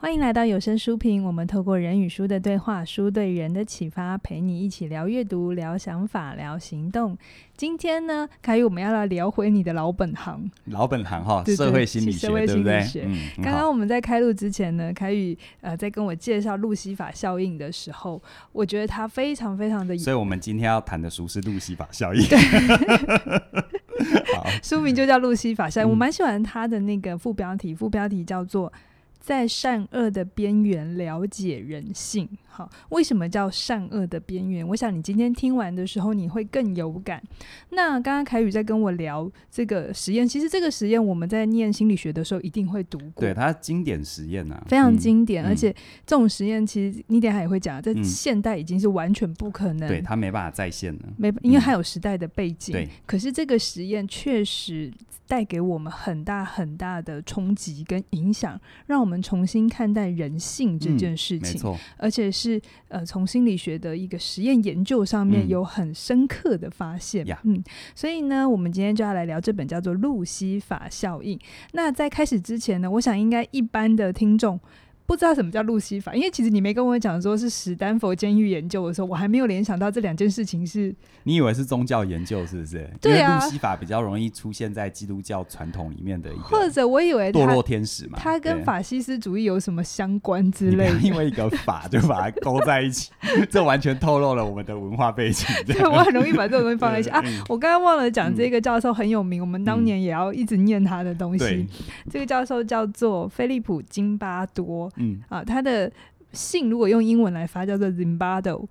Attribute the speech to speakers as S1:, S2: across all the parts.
S1: 欢迎来到有声书评，我们透过人与书的对话，书对人的启发，陪你一起聊阅读、聊想法、聊行动。今天呢，凯宇，我们要来聊回你的老本行。
S2: 老本行哈，
S1: 对对
S2: 社会心理学，
S1: 社会
S2: 对不
S1: 心
S2: 对
S1: 理学？
S2: 嗯，很
S1: 刚
S2: 好
S1: 刚我们在开录之前呢，凯宇呃在跟我介绍路西法效应的时候，我觉得他非常非常的
S2: 所以我们今天要谈的书是路西法效应。好，
S1: 书名就叫《路西法山》，
S2: 嗯
S1: 我蛮喜欢它的那个副标题，副标题叫做“在善恶的边缘了解人性”。好，为什么叫善恶的边缘？我想你今天听完的时候，你会更有感。那刚刚凯宇在跟我聊这个实验，其实这个实验我们在念心理学的时候一定会读过
S2: 对，，它经典实验啊，
S1: 非常
S2: 嗯
S1: 经典。
S2: 嗯
S1: 而且这种实验其实你等一下也会讲，在
S2: 嗯
S1: 现代已经是完全不可能
S2: 对，它没办法再现了。
S1: 没，因为它有时代的背景。
S2: 嗯对
S1: 可是这个实验确实带给我们很大很大的冲击跟影响，让我们重新看待人性这件事
S2: 嗯没
S1: 情，
S2: 错，
S1: 而且是呃从心理学的一个实验研究上面
S2: 嗯
S1: 有很深刻的发现。
S2: 呀
S1: 嗯，所以呢，我们今天就要来聊这本叫做《路西法效应》。那在开始之前呢，我想应该一般的听众。不知道什么叫路西法，因为其实你没跟我讲说是史丹佛监狱研究的时候，我还没有联想到这两件事情是
S2: 你以为是宗教研究是不是？
S1: 对啊
S2: 因为路西法比较容易出现在基督教传统里面的一
S1: 或
S2: 个
S1: 者我以为
S2: 堕落
S1: 他
S2: 天使嘛，
S1: 他跟
S2: 对
S1: 法西斯主义有什么相关之
S2: 你不
S1: 类
S2: 要
S1: 的。
S2: 因为一个法就把它勾在一起， 这完全透露了我们的文化背景。
S1: 对，我很容易把这种东西放在一起啊
S2: 嗯！
S1: 我刚刚忘了讲，这个教授很有名，我们当年也要一直念他的东
S2: 对
S1: 西。，这个教授叫做菲利普·津巴多
S2: 嗯，
S1: 啊，他的姓如果用英文来发叫做 Zimbardo。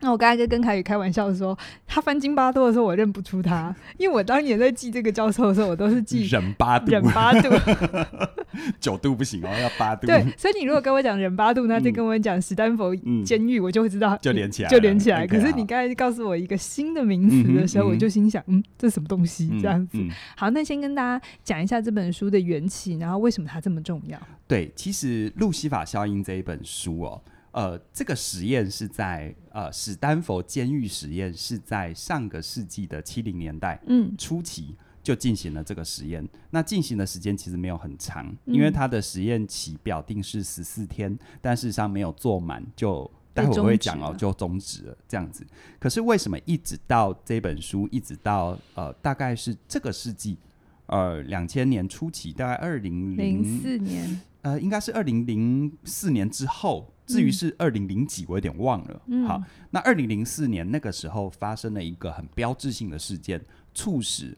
S1: 那我刚才就跟凯宇开玩笑说，他翻津巴多的时候我认不出 他，因为我当年在记这个教授的时候，我都是记
S2: 忍八度，
S1: 忍巴度。
S2: 九度不行哦，要八度。
S1: 对，所以你如果跟我讲忍巴度，那就
S2: 嗯
S1: 跟我讲史丹佛
S2: 嗯
S1: 监狱，我就会知道
S2: 就连起来
S1: 就
S2: 了
S1: 连起来。
S2: OK，
S1: 可是
S2: 好
S1: 你刚才告诉我一个新的名词的时候，
S2: 嗯哼
S1: 我就心想，嗯，这什么东西？这样子。
S2: 嗯嗯
S1: 好，那先跟大家讲一下这本书的缘起，然后为什么它这么重要。
S2: 对，其实《路西法效应》这一本书哦，呃，这个实验是在呃史丹佛监狱实验是在上个世纪的七零年代
S1: 嗯
S2: 初期就进行了这个实验。那进行的时间其实没有很长，因为
S1: 嗯
S2: 它的实验期表定是十四天，但事实上没有做满就。待
S1: 就
S2: 会我会
S1: 终止
S2: 讲哦
S1: 了，
S2: 就终止了这样子。可是为什么一直到这本书，一直到呃，大概是这个世纪，呃，两千年初期，大概二零
S1: 零四年，
S2: 呃，应该是二零零四年之后，至于
S1: 嗯
S2: 是二零零几，我有点忘了。
S1: 嗯
S2: 好，那二零零四年那个时候发生了一个很标志性的事件，促使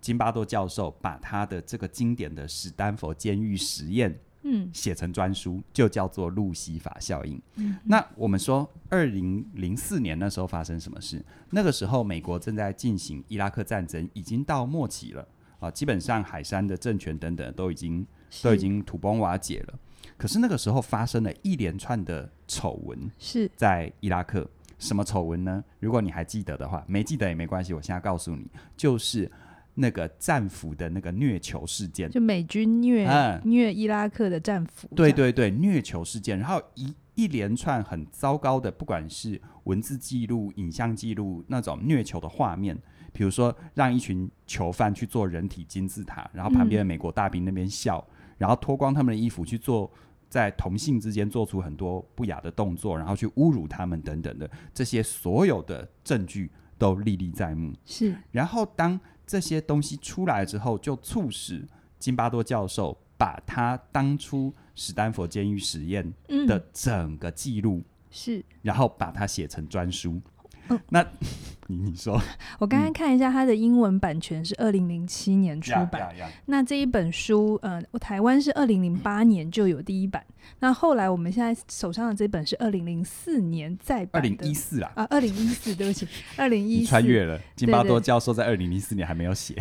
S2: 金巴多教授把他的这个经典的史丹佛监狱实验
S1: 嗯
S2: 写成专书，就叫做路西法效应。
S1: 嗯
S2: 那我们说，二零零四年那时候发生什么事？那个时候美国正在进行伊拉克战争，已经到末期了啊，基本上海山的政权等等都已经都已经土崩瓦解了。可是那个时候发生了一连串的丑闻，
S1: 是
S2: 在伊拉克，什么丑闻呢？如果你还记得的话，没记得也没关系，我现在告诉你，就是那个战俘的那个虐囚事件。
S1: 就美军虐、
S2: 嗯
S1: 虐伊拉克的战俘。
S2: 对，对对，虐囚事件，然后一一连串很糟糕的，不管是文字记录、影像记录那种虐囚的画面，比如说让一群囚犯去做人体金字塔，然后旁边的美国大兵那边笑，然后脱光他们的衣服去做。在同性之间做出很多不雅的动作，然后去侮辱他们等等的，这些所有的证据都历历在目。
S1: 是
S2: 然后当这些东西出来之后，就促使金巴多教授把他当初史丹佛监狱实验
S1: 嗯
S2: 的整个记录，
S1: 是。
S2: 然后把它写成专书。
S1: 嗯
S2: 那 你你说
S1: 我刚
S2: 嗯
S1: 刚看一下它的英文版权是二零零七年出版，
S2: 呀呀
S1: 那这一本书，呃，台湾是二零零八年就有第一版，那后来我们现在手上的这本是二零零四年再
S2: 二
S1: 版
S2: 零
S1: 的
S2: 一四啊，
S1: 啊，二零一四，对不 起，二零一
S2: 你
S1: 四
S2: 穿越了。金巴
S1: 对
S2: 多
S1: 对
S2: 教授在二零零四年还没有写，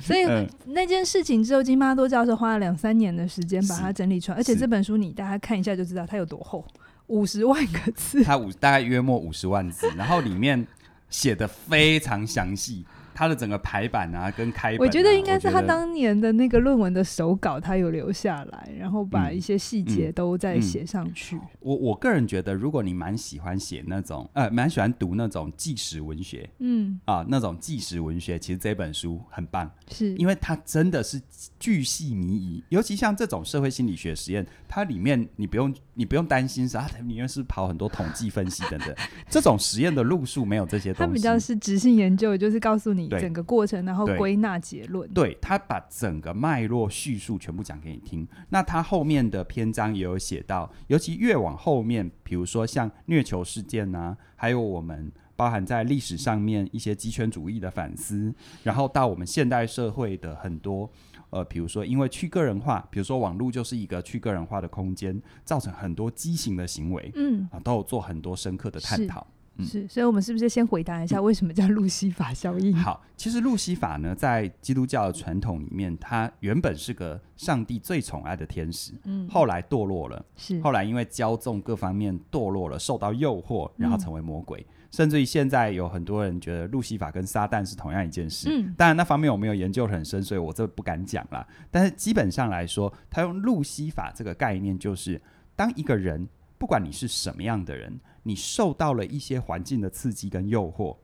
S1: 所以
S2: 嗯
S1: 那件事情之后，金巴多教授花了两三年的时间把
S2: 是
S1: 它整理出来，而且
S2: 是
S1: 这本书你大家看一下就知道它有多厚，五十万个 字，
S2: 他五大概约莫五十万字，然后里面写的非常详细。他的整个排版啊跟开本啊、
S1: 我觉得应该是
S2: 我
S1: 他
S2: 觉得
S1: 当年的那个论文的手稿，他有留下来，然后把
S2: 嗯
S1: 一些细节都再写上去。
S2: 我我个人觉得，如果你蛮喜欢写那种呃蛮喜欢读那种纪实文学
S1: 嗯，
S2: 啊、那种纪实文学，其实这本书很棒，
S1: 是，
S2: 因为它真的是巨细靡遗，尤其像这种社会心理学实验，它里面你不用你不用担心是啊，它里面是跑很多统计分析等等，这种实验的路数没有这些东
S1: 他
S2: 西，
S1: 比较是直性研究，就是告诉你
S2: 对
S1: 整个过程，然后
S2: 对
S1: 归纳结论。
S2: 对他把整个脉络叙述全部讲给你听。那他后面的篇章也有写到，尤其越往后面，比如说像虐囚事件啊，还有我们包含在历史上面一些极权主义的反思，然后到我们现代社会的很多。呃，比如说，因为去个人化，比如说网络就是一个去个人化的空间，造成很多畸形的行为
S1: 嗯，
S2: 啊，都有做很多深刻的探
S1: 是
S2: 讨。嗯
S1: 是，所以我们是不是先回答一下为什么叫路西法效应？
S2: 好，其实路西法呢，在基督教的传统里面，他原本是个上帝最宠爱的天使，
S1: 嗯，
S2: 后来堕落了，
S1: 是
S2: 后来因为骄纵各方面堕落了，受到诱惑，然
S1: 嗯
S2: 后成为魔鬼。甚至于现在有很多人觉得路西法跟撒旦是同样一件事。
S1: 嗯
S2: 当然，那方面我没有研究得很深，所以我这不敢讲啦。但是基本上来说，他用路西法这个概念，就是当一个人不管你是什么样的人，你受到了一些环境的刺激跟诱惑，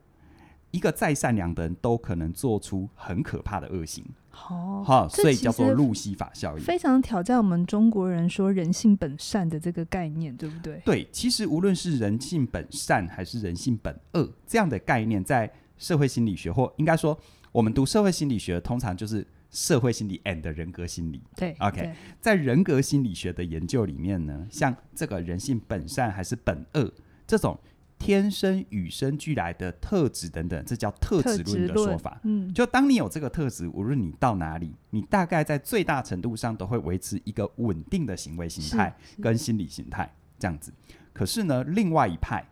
S2: 一个再善良的人都可能做出很可怕的恶行，
S1: 好
S2: 哈、
S1: 哦这
S2: 所以
S1: 其
S2: 叫做
S1: 实
S2: 路西法效应。
S1: 非常挑战我们中国人说人性本善的这个概念，对不对？
S2: 对，其实无论是人性本善还是人性本恶这样的概念，在社会心理学或应该说，我们读社会心理学通常就是社会心理 and 人格心理。
S1: 对
S2: OK
S1: 对
S2: 在人格心理学的研究里面呢，像这个人性本善还是本恶这种天生与生俱来的特质等等，这叫特质论的说法。
S1: 嗯，
S2: 就当你有这个特质，无论你到哪里，你大概在最大程度上都会维持一个稳定的行为形态
S1: 是
S2: 跟心理形态这样子。可是呢，另外一派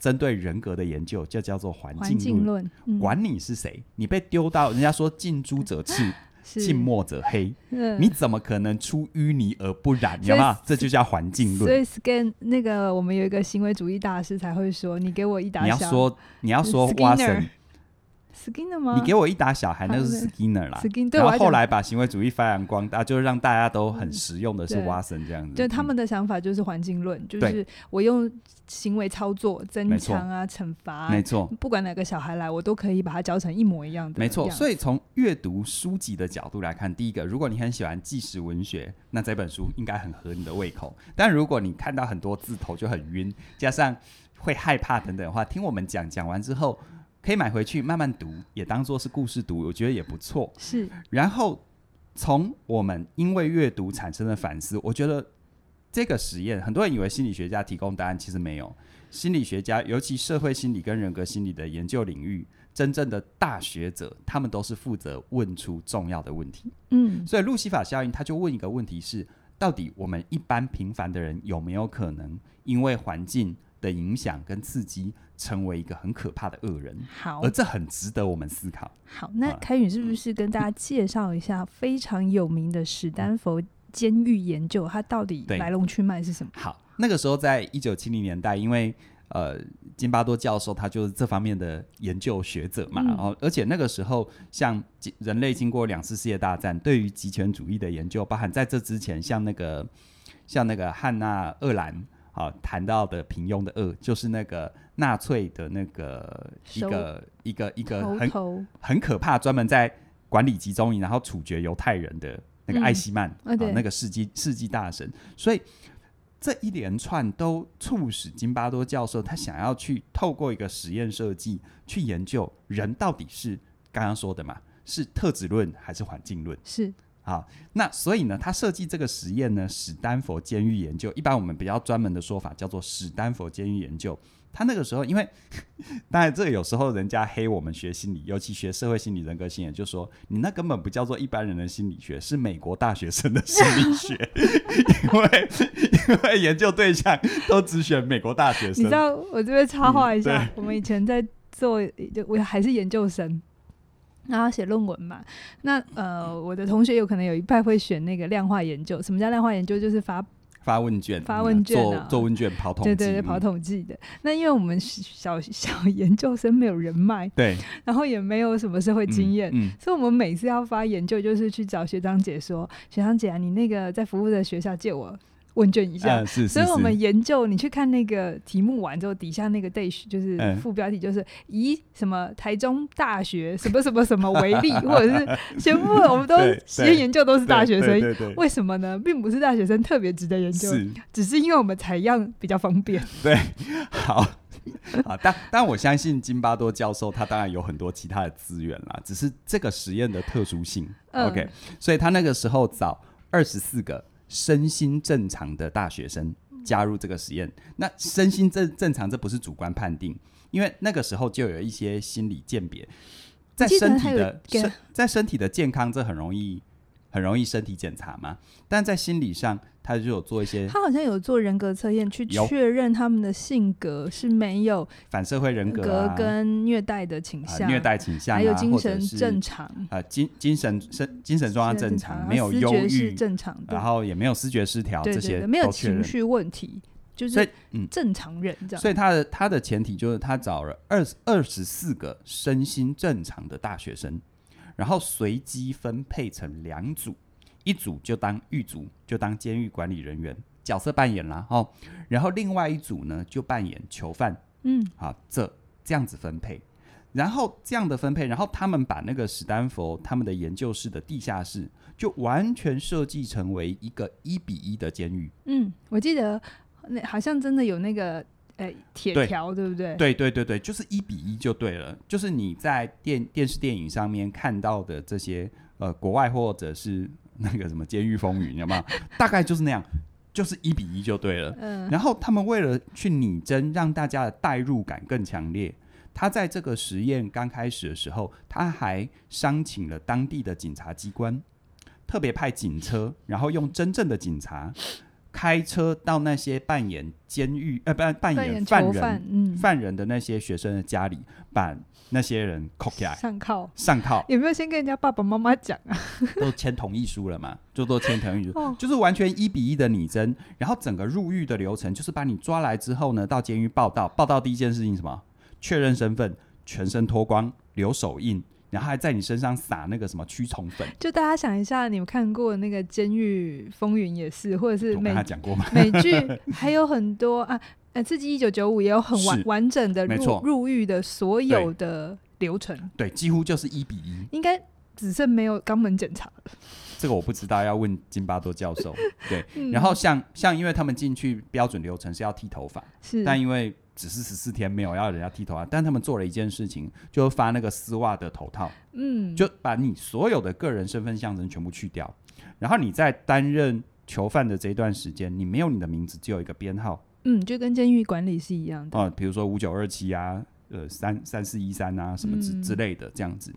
S2: 针对人格的研究就叫做环
S1: 环
S2: 境
S1: 境
S2: 论，
S1: 论，嗯
S2: 管你是谁，你被丢到人家说近朱者 赤，近，墨者黑。
S1: 是嗯
S2: 你怎么可能出淤泥而不染？
S1: 所
S2: 有
S1: 以
S2: 没有？这就叫环境
S1: 所
S2: 论。
S1: 以 scan 那个我们有一个行为主义大师才会说，你给我一打
S2: 你要
S1: 小
S2: 说，你要说
S1: Skinner
S2: 挖神，
S1: Skinner 吗？
S2: 你给我一打小孩，那就是
S1: 好
S2: Skinner 啦。
S1: Skin 对
S2: 然
S1: 我来
S2: 后后
S1: 讲，
S2: 来把行为主义发扬光大，就是让大家都很实用的是
S1: 对
S2: 挖神这样子。
S1: 就他们的想法就是环境论，就
S2: 嗯对
S1: 是我用行为操作增
S2: 没错
S1: 强啊、惩罚、
S2: 嗯
S1: 啊
S2: 没，错，
S1: 不管哪个小孩来，我都可以把他教成一模一样的
S2: 没
S1: 样子。
S2: 错。所以从阅读书籍的角度来看，第一个，如果你很喜欢纪实文学，那这本书应该很合你的胃口。但如果你看到很多字头就很晕，加上会害怕等等的话，听我们讲讲完之后，可以买回去慢慢读，也当做是故事读，我觉得也不错。
S1: 是
S2: 然后从我们因为阅读产生的反思，我觉得这个实验，很多人以为心理学家提供答案，其实没有。心理学家，尤其社会心理跟人格心理的研究领域，真正的大学者，他们都是负责问出重要的问题。
S1: 嗯，
S2: 所以路西法效应，他就问一个问题是：到底我们一般平凡的人有没有可能因为环境的影响跟刺激，成为一个很可怕的恶人？
S1: 好
S2: 而这很值得我们思考。
S1: 好。那
S2: 呃啊
S1: 凯宇是不是跟大家介绍一下非常有名的史丹佛监狱研究，它到底
S2: 对
S1: 来龙去脉是什么？
S2: 好，那个时候在一九七零年代，因为呃，津巴多教授他就是这方面的研究学者嘛，
S1: 嗯
S2: 然后、而且那个时候像几人类经过两次世界大战，对于极权主义的研究，包含在这之前，像那个像那个汉娜·厄兰。好，谈到的平庸的恶，就是那个纳粹的那个一
S1: 手
S2: 个一个一个
S1: 头
S2: 很
S1: 头
S2: 很可怕，专门在管理集中营，然后处决犹太人的那个艾希曼、
S1: 嗯啊对
S2: 那个世纪世纪大神，所以这一连串都促使津巴多教授他想要去透过一个实验设计去研究人到底是刚刚说的嘛，是特质论还是环境论？
S1: 是
S2: 好，那所以呢，他设计这个实验呢，史丹佛监狱研究，一般我们比较专门的说法叫做史丹佛监狱研究。他那个时候，因为 当然这有时候人家黑我们学心理，尤其学社会心理、人格心理，就说你那根本不叫做一般人的心理学，是美国大学生的心 理学，因为因为研究对象都只选美国大学
S1: 你
S2: 生
S1: 知。道我这边插话一下，
S2: 嗯
S1: 我们以前在做，就我还是研究生，然后写论文嘛。那呃，我的同学有可能有一派会选那个量化研究。什么叫量化研究？就是发
S2: 发问卷，
S1: 发问卷
S2: 做
S1: 啊
S2: 做问卷跑统计，
S1: 对对对，跑
S2: 嗯
S1: 统计的。那因为我们小小研究生没有人脉，
S2: 对
S1: 然后也没有什么社会经验，
S2: 嗯，
S1: 所以我们每次要发研究，就是去找学长姐说：“学长姐啊，你那个在服务的学校借我问卷一
S2: 嗯
S1: 下。
S2: 呃是，
S1: 所以
S2: 是
S1: 我们
S2: 是
S1: 研究，你去看那个题目完之后，底下那个 dash 就是
S2: 嗯
S1: 副标题，就是以什么台中大学什么什么什么为例， 或者是全部我们都
S2: 对对
S1: 实验研究都是大学
S2: 对
S1: 生，
S2: 对对对
S1: 为什么呢？并不是大学生特别值得研究，
S2: 是
S1: 只是因为我们采样比较方便。
S2: 好 好，但但我相信津巴多教授他当然有很多其他的资源啦，只是这个实验的特殊性。
S1: 嗯
S2: OK，所以他那个时候找二十四个身心正常的大学生加入这个实验。那身心正正常，这不是主观判定，因为那个时候就有一些心理鉴别，在
S1: 记得
S2: 身
S1: 他
S2: 体
S1: 有
S2: 的
S1: 给
S2: 身在身体的健康，这很容易很容易身体检查嘛，但在心理上，他就有做一些
S1: 他好像有做人格测验去
S2: 有
S1: 确认他们的性格是没有
S2: 反社会人格啊。
S1: 跟虐待的倾
S2: 啊、
S1: 向，
S2: 虐待倾向、啊，
S1: 还有精
S2: 或者
S1: 神
S2: 是
S1: 正常，
S2: 呃精精神身精神状况正常，没有
S1: 思
S2: 忧
S1: 啊觉是
S2: 郁，
S1: 正常的，
S2: 然后也没有视觉失调，
S1: 对
S2: 这
S1: 对
S2: 些
S1: 对，没有
S2: 都确认
S1: 情。绪问题，就
S2: 所以
S1: 是
S2: 嗯
S1: 正常人这样。
S2: 所以他的他的前提就是他找了二二十四个身心正常的大学生，然后随机分配成两组，一组就当狱卒，就当监狱管理人员角色扮演啦哦，然后另外一组呢就扮演囚犯
S1: 嗯，
S2: 啊，这这样子分配，然后这样的分配，然后他们把那个史丹佛他们的研究室的地下室，就完全设计成为一个一比一的监狱。
S1: 嗯，我记得那好像真的有那个呃铁
S2: 对
S1: 条，对不对？
S2: 对对对对，就是一比一就对了，就是你在电电视电影上面看到的这些呃国外或者是 那个什么《监狱风云》，有没有？大概就是那样，就是一比一就对了。
S1: 嗯，
S2: 然后他们为了去拟真，让大家的代入感更强烈，他在这个实验刚开始的时候，他还商请了当地的警察机关，特别派警车，然后用真正的警察开车到那些扮演监狱呃扮扮
S1: 扮
S2: 演
S1: 演
S2: 犯
S1: 囚
S2: 人
S1: 犯，嗯，
S2: 犯人的那些学生的家里，把那些人扣起来
S1: 上铐。
S2: 上铐，
S1: 有没有先跟人家爸爸妈妈讲啊？
S2: 都签同意书了嘛，就都签同意书，
S1: 哦
S2: 就是完全一比一的拟真。然后整个入狱的流程就是把你抓来之后呢，到监狱报道，报道第一件事情是什么？确认身份，全身脱光，留手印，然后还在你身上撒那个什么驱虫粉。
S1: 就大家想一下，你们看过那个《监狱风云》也是，或者是
S2: 我
S1: 美
S2: 跟他讲过嘛，
S1: 美剧还有很多啊，呃，《刺激一九九五》也有很完
S2: 是
S1: 完整的
S2: 没
S1: 入
S2: 错
S1: 入狱的所有的流程，
S2: 对，几乎就是一比一。
S1: 应该只剩没有肛门检查了。
S2: 这个我不知道，要问津巴多教授。对，
S1: 嗯
S2: 然后像像因为他们进去标准流程是要剃头发，
S1: 是，
S2: 但因为只是十四天没有要人家剃头发，但他们做了一件事情，就是发那个丝袜的头套。
S1: 嗯，
S2: 就把你所有的个人身份象征全部去掉，然后你在担任囚犯的这一段时间，你没有你的名字，只有一个编号
S1: 嗯，就跟监狱管理是一样的。
S2: 啊、比如说五九二七啊，呃三三四一三啊什么之
S1: 嗯
S2: 之类的这样子。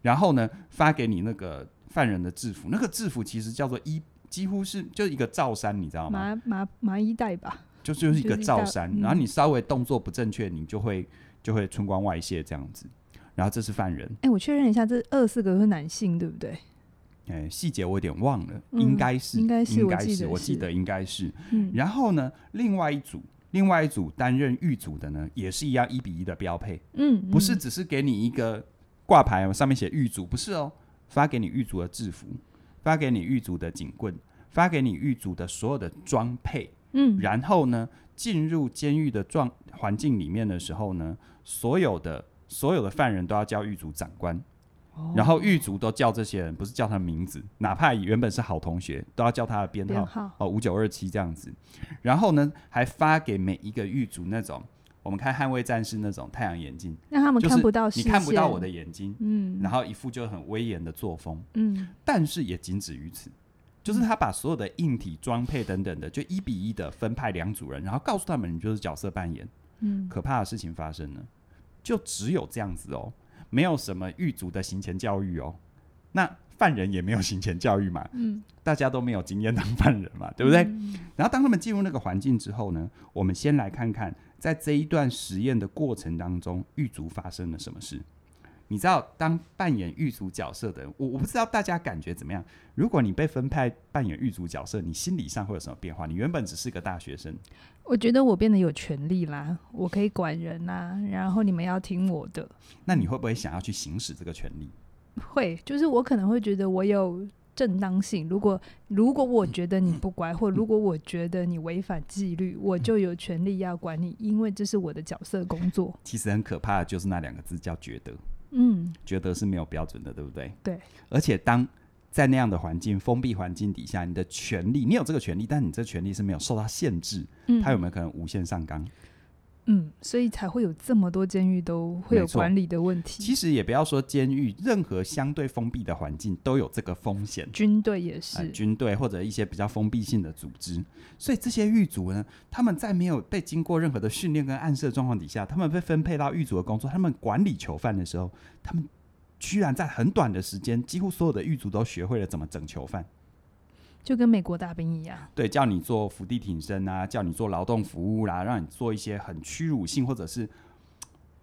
S2: 然后呢，发给你那个犯人的制服，那个制服其实叫做一，几乎是就一个罩衫，你知道吗？
S1: 麻麻麻衣带吧，
S2: 就就是一
S1: 就
S2: 个
S1: 是一
S2: 罩
S1: 道
S2: 衫，
S1: 嗯
S2: 然后你稍微动作不正确，你就会就会春光外泄这样子。然后这是犯人，
S1: 哎、我确认一下，这二四个都是男性，对不对？
S2: 哎，细节我有点忘了，
S1: 嗯
S2: 应该是，
S1: 应该是
S2: 应
S1: 我
S2: 该
S1: 记
S2: 是，
S1: 得
S2: 我记
S1: 是
S2: 得应该是。
S1: 嗯，
S2: 然后呢，另外一组，另外一组担任狱卒的呢，也是一样一比一的标配，
S1: 嗯，
S2: 不是
S1: 嗯
S2: 只是给你一个挂牌，上面写狱卒，不是哦，发给你狱卒的制服，发给你狱卒的警棍，发给你狱卒的所有的装配，
S1: 嗯，
S2: 然后呢，进入监狱的状环境里面的时候呢，所有的所有的犯人都要叫狱卒长官，
S1: 哦
S2: 然后狱卒都叫这些人，不是叫他的名字，哪怕原本是好同学，都要叫他的编
S1: 编
S2: 号。
S1: 号，
S2: 哦，五九二七这样子，然后呢，还发给每一个狱卒那种，我们看《捍卫战士》那种太阳眼镜，
S1: 让他们
S2: 就是
S1: 看不哦到视
S2: 你
S1: 线，
S2: 看不到我的，眼睛，
S1: 嗯，
S2: 然后一副就很威严的作风，
S1: 嗯，
S2: 但是也仅止于此，就是他把所有的硬体装配等等的，就一比一的分派两组人，然后告诉他们你就是角色扮演。
S1: 嗯，
S2: 可怕的事情发生了，就只有这样子哦，没有什么狱卒的行前教育哦，那犯人也没有行前教育嘛，
S1: 嗯，
S2: 大家都没有经验当犯人嘛，对不对？
S1: 嗯
S2: 然后当他们进入那个环境之后呢，我们先来看看在这一段实验的过程当中，狱卒发生了什么事。你知道，当扮演狱卒角色的人，我我不知道大家感觉怎么样。如果你被分派扮演狱卒角色，你心理上会有什么变化？你原本只是个大学生，
S1: 我觉得我变得有权利啦，我可以管人啦，然后你们要听我的。
S2: 那你会不会想要去行使这个权利？
S1: 会，就是我可能会觉得我有正当性。如果如果我觉得你不乖，或如果我觉得你违反纪律，我就有权利要管你，因为这是我的角色工作。
S2: 其实很可怕的就是那两个字叫觉得，
S1: 嗯，
S2: 觉得是没有标准的，对不对？
S1: 对。
S2: 而且当在那样的环境、封闭环境底下，你的权利，你有这个权利，但你这权利是没有受到限制，
S1: 嗯
S2: 它有没有可能无限上纲？
S1: 嗯，所以才会有这么多监狱都会有
S2: 没错
S1: 管理的问题。
S2: 其实也不要说监狱，任何相对封闭的环境都有这个风险。
S1: 军队也
S2: 呃
S1: 是，
S2: 军队或者一些比较封闭性的组织，所以这些狱卒呢，他们在没有被经过任何的训练跟暗示的状况底下，他们被分配到狱卒的工作，他们管理囚犯的时候，他们居然在很短的时间，几乎所有的狱卒都学会了怎么整囚犯。
S1: 就跟美国大兵一样。
S2: 对，叫你做伏地挺身啊，叫你做劳动服务啦、让你做一些很屈辱性或者是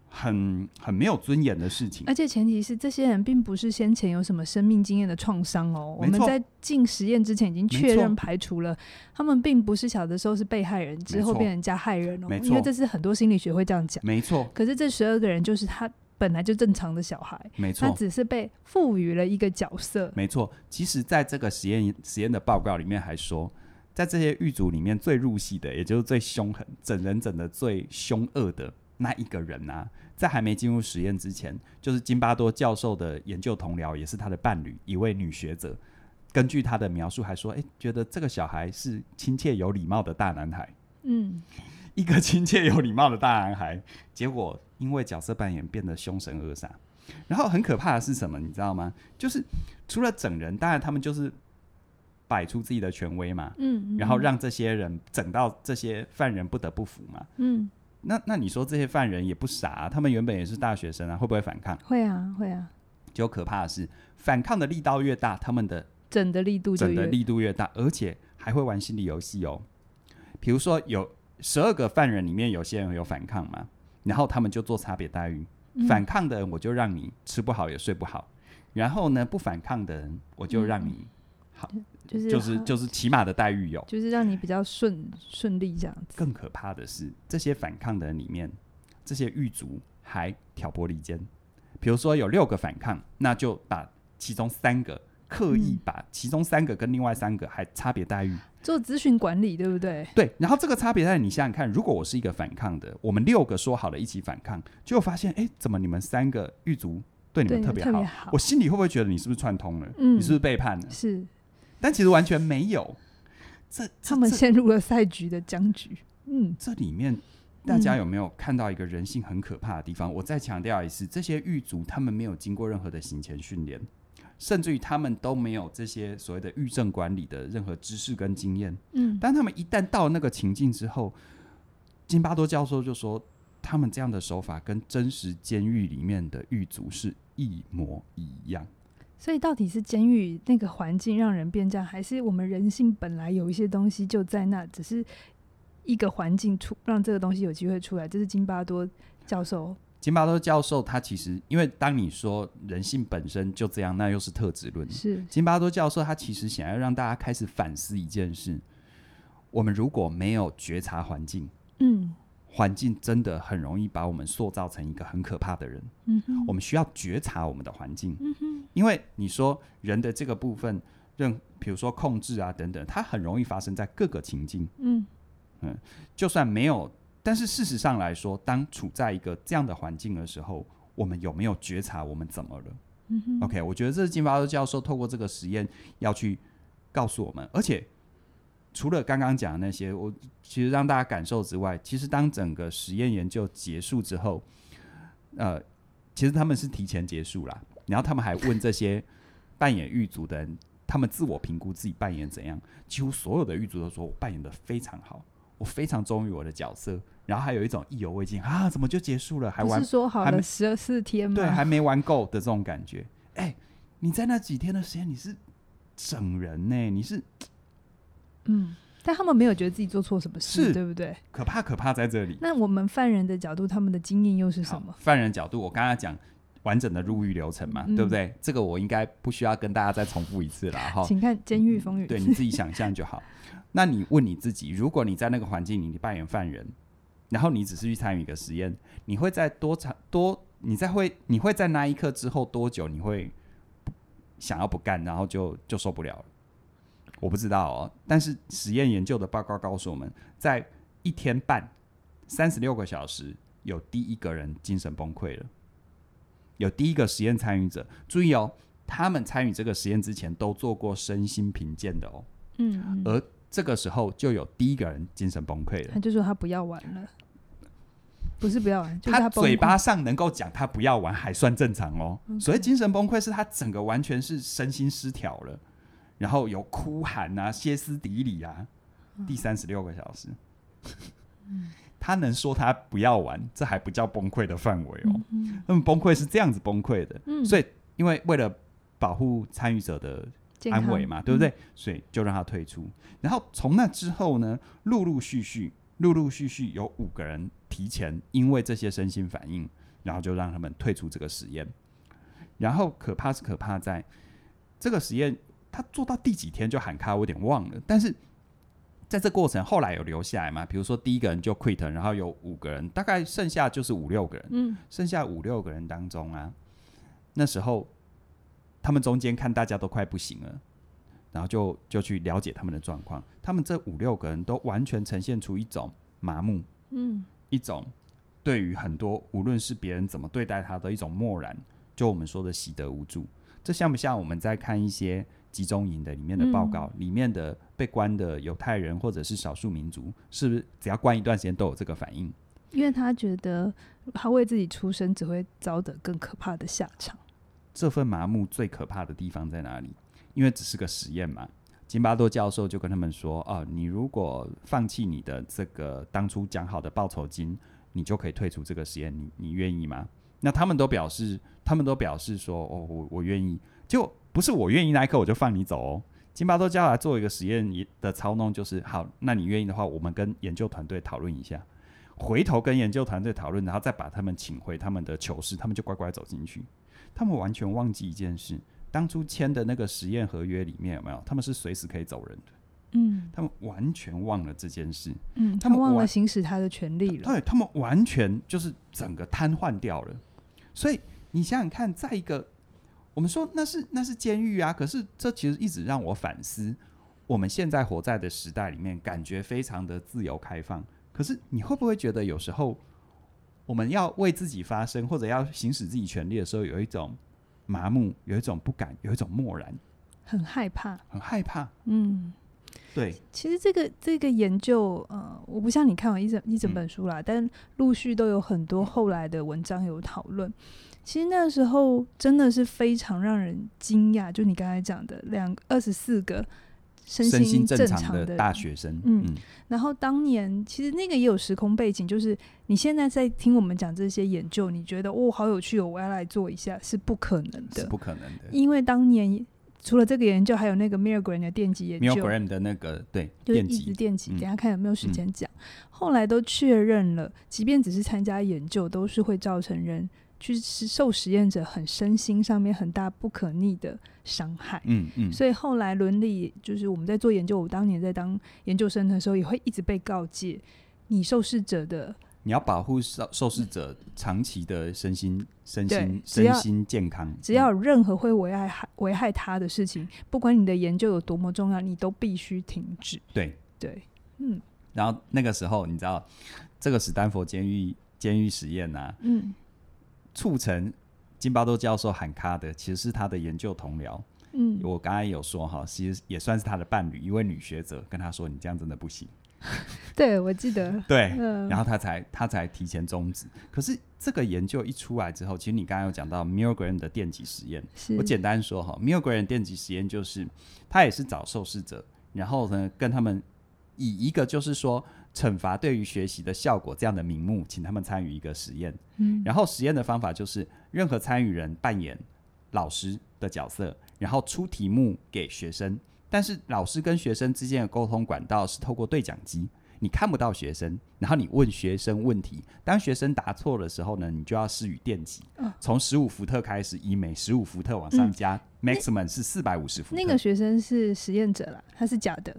S2: 很很没有尊严的事情。
S1: 而且前提是，这些人并不是先前有什么生命经验的创伤哦。我
S2: 没错
S1: 们在进实验之前已经确
S2: 没错
S1: 认排除了，他们并不是小的时候是被害人，之后
S2: 没错
S1: 变成加害人哦
S2: 没。错嗯
S1: 因为这是很多心理学会这样讲。
S2: 没错，
S1: 可是这十二个人就是他本来就正常的小孩，
S2: 没
S1: 他
S2: 错，
S1: 只是被赋予了一个角色。
S2: 没错。其实，在这个实验实验的报告里面还说，在这些狱卒里面最入戏的，也就是最凶狠、整人整的最凶恶的那一个人啊，在还没进入实验之前，就是津巴多教授的研究同僚，也是他的伴侣，一位女学者。根据他的描述，还说，诶，觉得这个小孩是亲切有礼貌的大男孩。
S1: 嗯，
S2: 一个亲切有礼貌的大男孩，结果因为角色扮演变得凶神恶煞。然后很可怕的是什么，你知道吗？就是除了整人，当然他们就是摆出自己的权威嘛，
S1: 嗯，嗯
S2: 然后让这些人整到这些犯人不得不服嘛。
S1: 嗯
S2: 那那你说这些犯人也不傻啊、他们原本也是大学生啊，会不会反抗？
S1: 会啊会啊，
S2: 结果可怕的是，反抗的力道越大，他们的
S1: 整的力度就
S2: 整的
S1: 越
S2: 力度越大，而且还会玩心理游戏哦。比如说有十二个犯人里面，有些人有反抗嘛，然后他们就做差别待遇，
S1: 嗯
S2: 反抗的人我就让你吃不好也睡不好，然后呢不反抗的人我就让你好，
S1: 嗯就是
S2: 就是就是起码的待遇有。
S1: 就是让你比较顺顺利这样子。
S2: 更可怕的是，这些反抗的人里面，这些狱卒还挑拨离间。比如说有六个反抗，那就把其中三个刻意
S1: 嗯
S2: 把其中三个跟另外三个还差别待遇。
S1: 做咨询管理对不对？
S2: 对，然后这个差别在于你想想看，如果我是一个反抗的，我们六个说好了一起反抗，结果发现，哎，怎么你们三个狱卒对你
S1: 对，
S2: 们特别好？
S1: 特别好
S2: 我。心里会不会觉得你是不是串通了？
S1: 嗯
S2: 你是不是背叛了？
S1: 是
S2: 但其实完全没有，这
S1: 他
S2: 这
S1: 们
S2: 这
S1: 陷入了赛局的僵局。嗯
S2: 这里面。大家
S1: 嗯
S2: 有没有看到一个人性很可怕的地方？我再强调一次，这些狱卒他们没有经过任何的行前训练，甚至于他们都没有这些所谓的狱政管理的任何知识跟经验。
S1: 嗯，
S2: 当他们一旦到那个情境之后，津巴多教授就说，他们这样的手法跟真实监狱里面的狱卒是一模一样。
S1: 所以到底是监狱那个环境让人变这样，还是我们人性本来有一些东西就在那，只是一个环境出让这个东西有机会出来？这是津巴多教授。
S2: 津巴多教授他其实，因为当你说人性本身就这样，那又是特质论。
S1: 是，
S2: 津巴多教授他其实想要让大家开始反思一件事：我们如果没有觉察环境，
S1: 嗯
S2: 环境真的很容易把我们塑造成一个很可怕的人。
S1: 嗯哼，
S2: 我们需要觉察我们的环境，
S1: 嗯哼，
S2: 因为你说人的这个部分，任比如说控制啊等等，它很容易发生在各个情境。
S1: 嗯
S2: 就算没有，但是事实上来说，当处在一个这样的环境的时候，我们有没有觉察我们怎么了、
S1: 嗯哼
S2: o k 我觉得这是金巴多教授透过这个实验要去告诉我们，而且。除了刚刚讲的那些，我其实让大家感受之外，其实当整个实验研究结束之后，呃，其实他们是提前结束啦，然后他们还问这些扮演狱卒的人，他们自我评估自己扮演怎样，几乎所有的狱卒都说我扮演的非常好，我非常忠于我的角色，然后还有一种意犹未尽啊，怎么就结束了，还
S1: 不
S2: 玩
S1: 是说好
S2: 还没
S1: 了十二四天吗？
S2: 对还没玩够的这种感觉。哎、你在那几天的时间你是整人呢、你是
S1: 嗯，但他们没有觉得自己做错什么事，
S2: 是
S1: 对不对？
S2: 可怕可怕在这里。
S1: 那我们犯人的角度，他们的经验又是什
S2: 好
S1: 么？
S2: 犯人角度，我刚才讲完整的入狱流程嘛，
S1: 嗯
S2: 对不对？这个我应该不需要跟大家再重复一次了哈。
S1: 请看《监狱风云》
S2: 嗯对，你自己想象就好。那你问你自己，如果你在那个环境里，你扮演犯人，然后你只是去参与一个实验，你会在多长多？你在会你会在那一刻之后多久？你会不想要不干，然后就就受不了了？我不知道哦。但是实验研究的报告告诉我们，在一天半三十六个小时，有第一个人精神崩溃了，有第一个实验参与者。注意哦，他们参与这个实验之前都做过身心评鉴的哦，
S1: 嗯，嗯
S2: 而这个时候就有第一个人精神崩溃了
S1: 他。就说他不要玩了，不是不要玩，就是
S2: 他
S1: 崩
S2: 嘴
S1: 溃
S2: 巴上能够讲他不要玩还算正常哦，
S1: OK
S2: 所以精神崩溃是他整个完全是身心失调了，然后有哭喊啊、歇斯底里啊，
S1: 嗯
S2: 第三十六个小时，他能说他不要玩，这还不叫崩溃的范围哦。
S1: 嗯嗯
S2: 那么崩溃是这样子崩溃的，
S1: 嗯
S2: 所以因为为了保护参与者的
S1: 健
S2: 安
S1: 康
S2: 慰嘛，对不对？？所以就让他退出。然后从那之后呢，陆陆续续、陆陆续续有五个人提前因为这些身心反应，然后就让他们退出这个实验。然后可怕是可怕在，这个实验他做到第几天就喊卡，我有点忘了。但是在这过程后来有留下来嘛？比如说第一个人就 quit，然后有五个人，大概剩下就是五六个人。
S1: 嗯
S2: 剩下五六个人当中啊，那时候他们中间看大家都快不行了，然后就就去了解他们的状况。他们这五六个人都完全呈现出一种麻木，
S1: 嗯
S2: 一种对于很多无论是别人怎么对待他的一种漠然，就我们说的习得无助。这像不像我们在看一些集中营的里面的报告，里面的被关的犹太人或者是少数民族，是不是只要关一段时间都有这个反应？
S1: 嗯，因为他觉得他为自己出生只会遭得更可怕的下场。
S2: 这份麻木最可怕的地方在哪里？因为只是个实验嘛。金巴多教授就跟他们说：“哦，你如果放弃你的这个当初讲好的报酬金，你就可以退出这个实验，你你愿意吗？”那他们都表示，他们都表示说：“哦，我我愿意。”就不是我愿意那一刻我就放你走哦。金巴多教来做一个实验的操弄，就是好，那你愿意的话，我们跟研究团队讨论一下，回头跟研究团队讨论，然后再把他们请回他们的囚室，他们就乖乖走进去。他们完全忘记一件事：当初签的那个实验合约里面有没有？他们是随时可以走人的，
S1: 嗯
S2: 他们完全忘了这件事。
S1: 嗯，
S2: 他
S1: 他
S2: 们
S1: 忘了
S2: 玩
S1: 行使他的权利了。
S2: 对他们完全就是整个瘫痪掉了。所以你想想看，在一个我们说那是那是监狱啊，可是这其实一直让我反思，我们现在活在的时代里面，感觉非常的自由开放，可是你会不会觉得有时候我们要为自己发声或者要行使自己权利的时候，有一种麻木，有一种不敢，有一种漠然，
S1: 很害怕，
S2: 很害怕？
S1: 嗯，
S2: 对，
S1: 其实这个这个研究，呃，我不像你看完一整一
S2: 嗯
S1: 整本书啦，但陆续都有很多后来的文章有讨论。其实那时候真的是非常让人惊讶，就你刚才讲的两二十四个身
S2: 身心
S1: 正
S2: 正
S1: 常
S2: 常
S1: 的
S2: 的大学生，
S1: 嗯
S2: 嗯
S1: 然后当年其实那个也有时空背景，就是你现在在听我们讲这些研究，你觉得哦好有趣哦，我要来做一下是不可能
S2: 是
S1: 的，
S2: 不可能的。
S1: 因为当年除了这个研究，还有那个 Milgram 的电极研
S2: m i l
S1: 究
S2: g r a m 的那个对
S1: 就是
S2: 电
S1: 一直
S2: 极，
S1: 电极，
S2: 嗯
S1: 等一下看有没有时间讲。后来都确认了，即便只是参加研究，都是会造成人去受实验者很身心上面很大不可逆的伤害。
S2: 嗯嗯，
S1: 所以后来伦理就是我们在做研究，我当年在当研究生的时候，也会一直被告诫，你受试者的
S2: 你要保护受受试者长期的身心、身
S1: 对
S2: 心、
S1: 只要
S2: 身心健康。嗯
S1: 只要有任何会危害危害他的事情，不管你的研究有多么重要，你都必须停止。
S2: 对，
S1: 对，
S2: 然后那个时候你知道，这个史丹佛监狱监狱实验啊，
S1: 嗯
S2: 促成金巴多教授喊卡的，其实是他的研究同僚。
S1: 嗯，
S2: 我刚才有说哈，其实也算是他的伴侣，一位女学者跟他说：“你这样真的不行。
S1: 对我记得”，
S2: 对，
S1: 嗯、
S2: 然后他才他才提前终止。可是这个研究一出来之后，其实你刚刚有讲到 Milgram 的电极实验，
S1: 是
S2: 我简单说哈，Milgram 电极实验就是，他也是找受试者，然后呢跟他们以一个就是说惩罚对于学习的效果这样的名目，请他们参与一个实验。
S1: 嗯
S2: 然后实验的方法就是，任何参与人扮演老师的角色，然后出题目给学生。但是老师跟学生之间的沟通管道是透过对讲机，你看不到学生，然后你问学生问题，当学生答错的时候呢，你就要施予电极
S1: 哦，嗯
S2: 从十五伏特开始，以每十五伏特往上加、m a x i m u m 是四百五十伏特。
S1: 那个学生是实验者啦，他是假 的。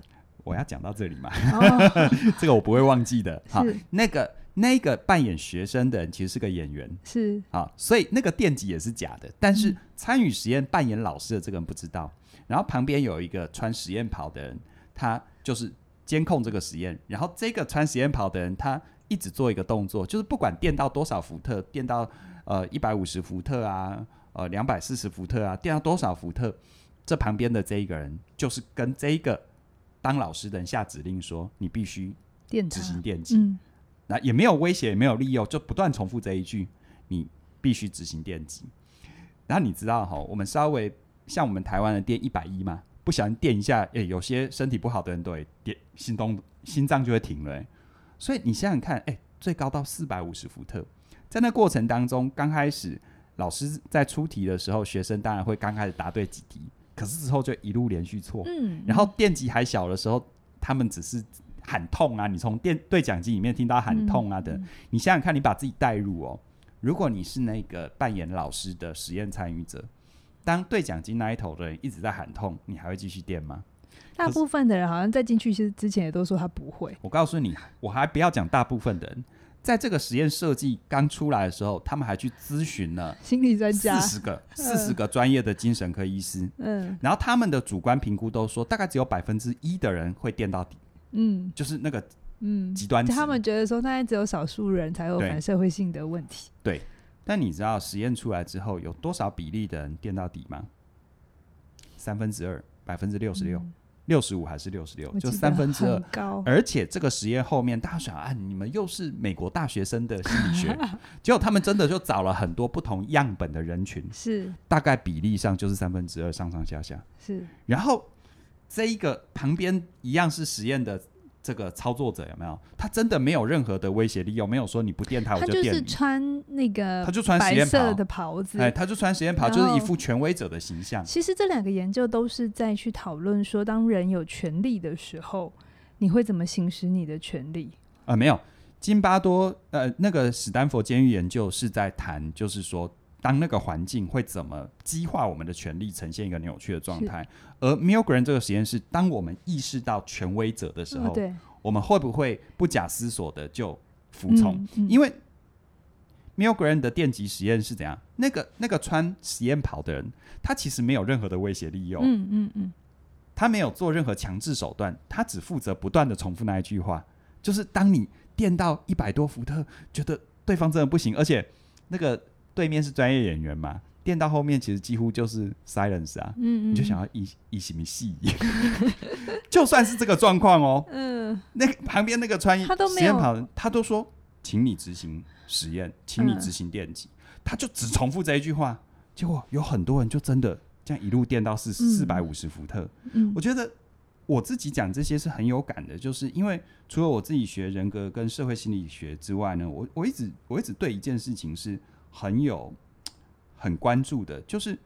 S2: 我要讲到这里嘛，
S1: 哦，
S2: 这个我不会忘记的。好
S1: 是，
S2: 那个那个扮演学生的人其实是个演员，
S1: 是
S2: 啊，所以那个电极也是假的，但是
S1: 嗯
S2: 参与实验扮演老师的这个人不知道，然后旁边有一个穿实验袍的人，他就是监控这个实验，然后这个穿实验袍的人他一直做一个动作，就是不管电到多少伏特，电到呃一百五十伏特啊，呃两百四十伏特啊，电到多少伏特，这旁边的这一个人就是跟这一个当老师的人下指令说，你必须
S1: 电
S2: 执
S1: 塔。
S2: 行电极。
S1: 嗯，
S2: 那也没有威胁，也没有利诱，就不断重复这一句：你必须执行电击。然后你知道哈，我们稍微像我们台湾的电一百一嘛，不小心电一下，诶、有些身体不好的人都会电心动，心脏就会停了、诶所以你想想看，诶、最高到四百五十伏特，在那过程当中，刚开始老师在出题的时候，学生当然会刚开始答对几题，可是之后就一路连续错，
S1: 嗯，
S2: 然后电极还小的时候，他们只是喊痛啊，你从电对讲机里面听到喊痛啊的，
S1: 嗯
S2: 你想想看，你把自己带入哦，如果你是那个扮演老师的实验参与者，当对讲机那一头的人一直在喊痛，你还会继续电吗？
S1: 大部分的人好像在进去之之前也都说他不会。
S2: 我告诉你，我还不要讲大部分的人，在这个实验设计刚出来的时候，他们还去咨询了
S1: 心理专家
S2: 四，十 个四十个专业的精神科医师。
S1: 嗯
S2: 然后他们的主观评估都说，大概只有百分之一的人会电到底，
S1: 嗯
S2: 就是那个
S1: 嗯，
S2: 极端值。
S1: 他们觉得说，大概只有少数人才有
S2: 对
S1: 反社会性的问题。
S2: 但你知道实验出来之后有多少比例的人电到底吗？三分之二，百分之六十六，
S1: 嗯
S2: 六十五还是六十六？
S1: 我
S2: 就
S1: 记得
S2: 三分之二
S1: 很。高。
S2: 而且这个实验后面，大家想啊，你们又是美国大学生的心理学， 结果他们真的就找了很多不同样本的人群，
S1: 是
S2: 大概比例上就是三分之二上上下下。
S1: 是，
S2: 然后这一个旁边一样是实验的这个操作者有没有？他真的没有任何的威胁利用，没有说你不电他哎我
S1: 他
S2: 就
S1: 就
S2: 电
S1: 是
S2: 你，
S1: 穿那个
S2: 他就穿实
S1: 白
S2: 验袍
S1: 色的袍子。
S2: 哎，他就穿实验袍，
S1: 然
S2: 就
S1: 后
S2: 是一副权威者的形象。
S1: 其实这两个研究都是在去讨论说，当人有权利的时候，你会怎么行使你的权利？
S2: 啊，没有，津巴多呃那个史丹佛监狱研究是在谈，就是说当那个环境会怎么激化我们的权利，呈现一个扭曲的状
S1: 是
S2: 态。而 Milgram 这个实验是，当我们意识到权威者的时候，
S1: 哦，对，
S2: 我们会不会不假思索的就服从？
S1: 嗯嗯
S2: 因为 Milgram 的电极实验是怎样？那个那个穿实验袍的人，他其实没有任何的威胁利用，
S1: 嗯嗯嗯，
S2: 他没有做任何强制手段，他只负责不断的重复那一句话，就是当你电到一百多伏特，觉得对方真的不行，而且那个对面是专业演员嘛，电到后面其实几乎就是 silence 啊，
S1: 嗯嗯，
S2: 你就想要一一什么戏，就算是这个状况哦，
S1: 嗯，
S2: 那个旁边那个穿
S1: 他都没有
S2: 实验袍的，他都说，请你执行实验，请你
S1: 嗯
S2: 执行电击，他就只重复这一句话，结果有很多人就真的这样一路电到四四百五十伏特。
S1: 嗯
S2: 我觉得我自己讲这些是很有感的，就是因为除了我自己学人格跟社会心理学之外呢，我我一直我一直对一件事情是很有很关注的，就是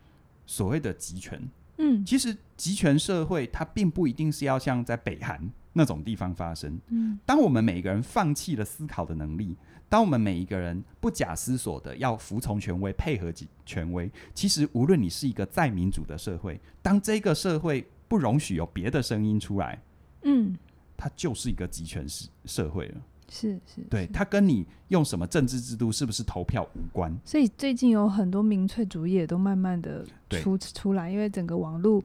S2: 所谓的集权。
S1: 嗯
S2: 其实集权社会它并不一定是要像在北韩那种地方发生。
S1: 嗯
S2: 当我们每个人放弃了思考的能力，当我们每一个人不假思索的要服从权威、配合权威，其实无论你是一个再民主的社会，当这个社会不容许有别的声音出来，
S1: 嗯，
S2: 它就是一个集权社社会了。
S1: 是是，
S2: 对，
S1: 是
S2: 它跟你用什么政治制度、是不是投票无关。
S1: 所以最近有很多民粹主义也都慢慢的
S2: 对
S1: 出出来，因为整个网络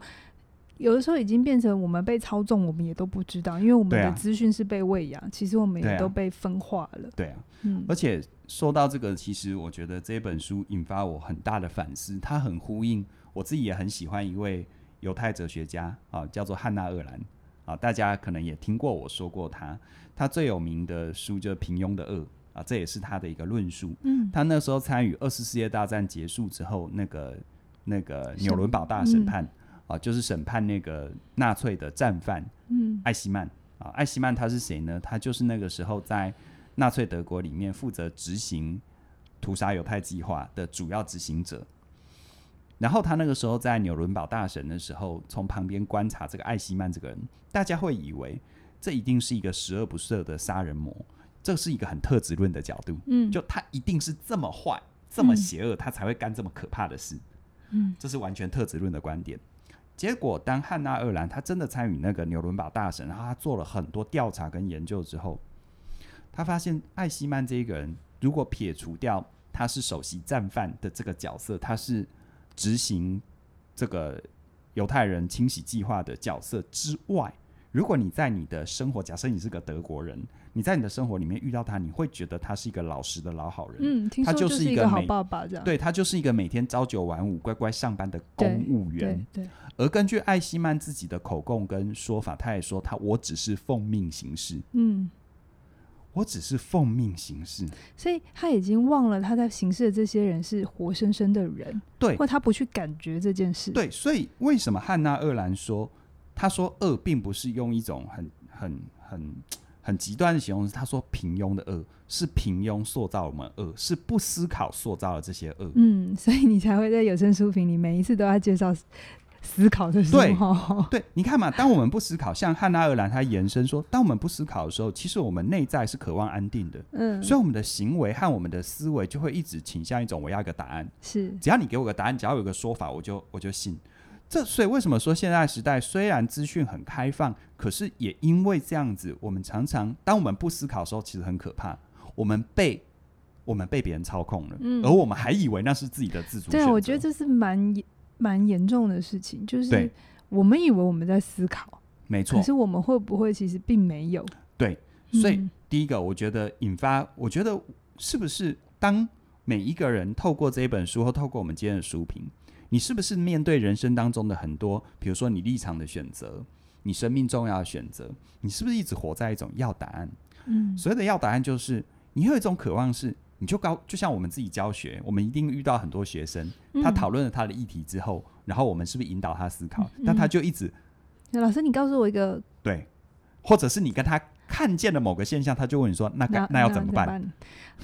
S1: 有的时候已经变成我们被操纵，我们也都不知道，因为我们
S2: 对啊
S1: 的资讯是被喂养，其实我们
S2: 对
S1: 也
S2: 啊
S1: 都被分化了。
S2: 对啊，
S1: 嗯
S2: 而且说到这个，其实我觉得这本书引发我很大的反思，它很呼应我自己也很喜欢一位犹太哲学家啊，叫做汉娜·厄兰啊，大家可能也听过我说过他，他最有名的书就是《平庸的恶》啊，这也是他的一个论述。
S1: 嗯，
S2: 他那时候参与二次世界大战结束之后，那个那个
S1: 审
S2: 纽伦堡大
S1: 嗯
S2: 审判、啊，就是审判那个纳粹的战犯
S1: 嗯
S2: 艾希曼啊，艾希曼他是谁呢？他就是那个时候在纳粹德国里面负责执行屠杀犹太计划的主要执行者。然后他那个时候在纽伦堡大审的时候，从旁边观察这个艾希曼这个人，大家会以为这一定是一个十恶不赦的杀人魔，这是一个很特质论的角度，
S1: 嗯，
S2: 就他一定是这么坏、这么
S1: 嗯
S2: 邪恶，他才会干这么可怕的事。
S1: 嗯
S2: 这是完全特质论的观点。结果，当汉娜·厄兰她真的参与那个纽伦堡大审，然后她做了很多调查跟研究之后，她发现艾希曼这一个人，如果撇除掉他是首席战犯的这个角色，他是执行这个犹太人清洗计划的角色之外，如果你在你的生活，假设你是个德国人，你在你的生活里面遇到他，你会觉得他是一个老实的老好人，
S1: 嗯，听
S2: 他
S1: 说
S2: 就
S1: 就是是
S2: 一
S1: 一
S2: 个
S1: 个好
S2: 美
S1: 爸爸这样，
S2: 对他就是一个每天朝九晚五、乖乖上班的公务员
S1: 对。对，
S2: 而根据艾希曼自己的口供跟说法，他也说他我只是奉命行事，
S1: 嗯，
S2: 我只是奉命行事。
S1: 所以他已经忘了他在刑事的这些人是活生生的人，
S2: 对
S1: 或他不去感觉这件事，，
S2: 对，所以为什么汉娜·厄兰说，他说恶并不是用一种很很很很极端的形容词，他说平庸的恶是平庸塑造我们恶，是不思考塑造了这些恶。
S1: 嗯，所以你才会在有声书评里每一次都要介绍思思考的时
S2: 对
S1: 候，
S2: 对，你看嘛，当我们不思考，像汉娜·厄兰他延伸说，当我们不思考的时候，其实我们内在是渴望安定的。
S1: 嗯，
S2: 所以我们的行为和我们的思维就会一直倾向一种我要一个答案，
S1: 是，
S2: 只要你给我个答案，只要有个说法，我就我就信。这所以为什么说现在时代虽然资讯很开放，可是也因为这样子，我们常常当我们不思考的时候，其实很可怕，我们被我们被别人操控了，
S1: 嗯
S2: 而我们还以为那是自己的自主
S1: 对啊，
S2: 选
S1: 我觉得
S2: 择
S1: 这是蛮严蛮严重的事情，就是
S2: 对
S1: 我们以为我们在思考，
S2: 没错
S1: 可。是我们会不会其实并没有？
S2: 对，所以
S1: 嗯
S2: 第一个，我觉得引发，我觉得是不是当每一个人透过这一本书或透过我们今天的书评，你是不是面对人生当中的很多，比如说你立场的选择，你生命重要的选择，你是不是一直活在一种要答案？
S1: 嗯，
S2: 所谓的要答案，就是你会有一种渴望是。你就高，就像我们自己教学，我们一定遇到很多学生，他
S1: 嗯
S2: 讨论了他的议题之后，然后我们是不是引导他思考？但他
S1: 嗯
S2: 就一直
S1: 老师，你告诉我一个，
S2: 对，或者是你跟他看见了某个现象，他就问你说：“那该
S1: 那
S2: 那要怎么办？”？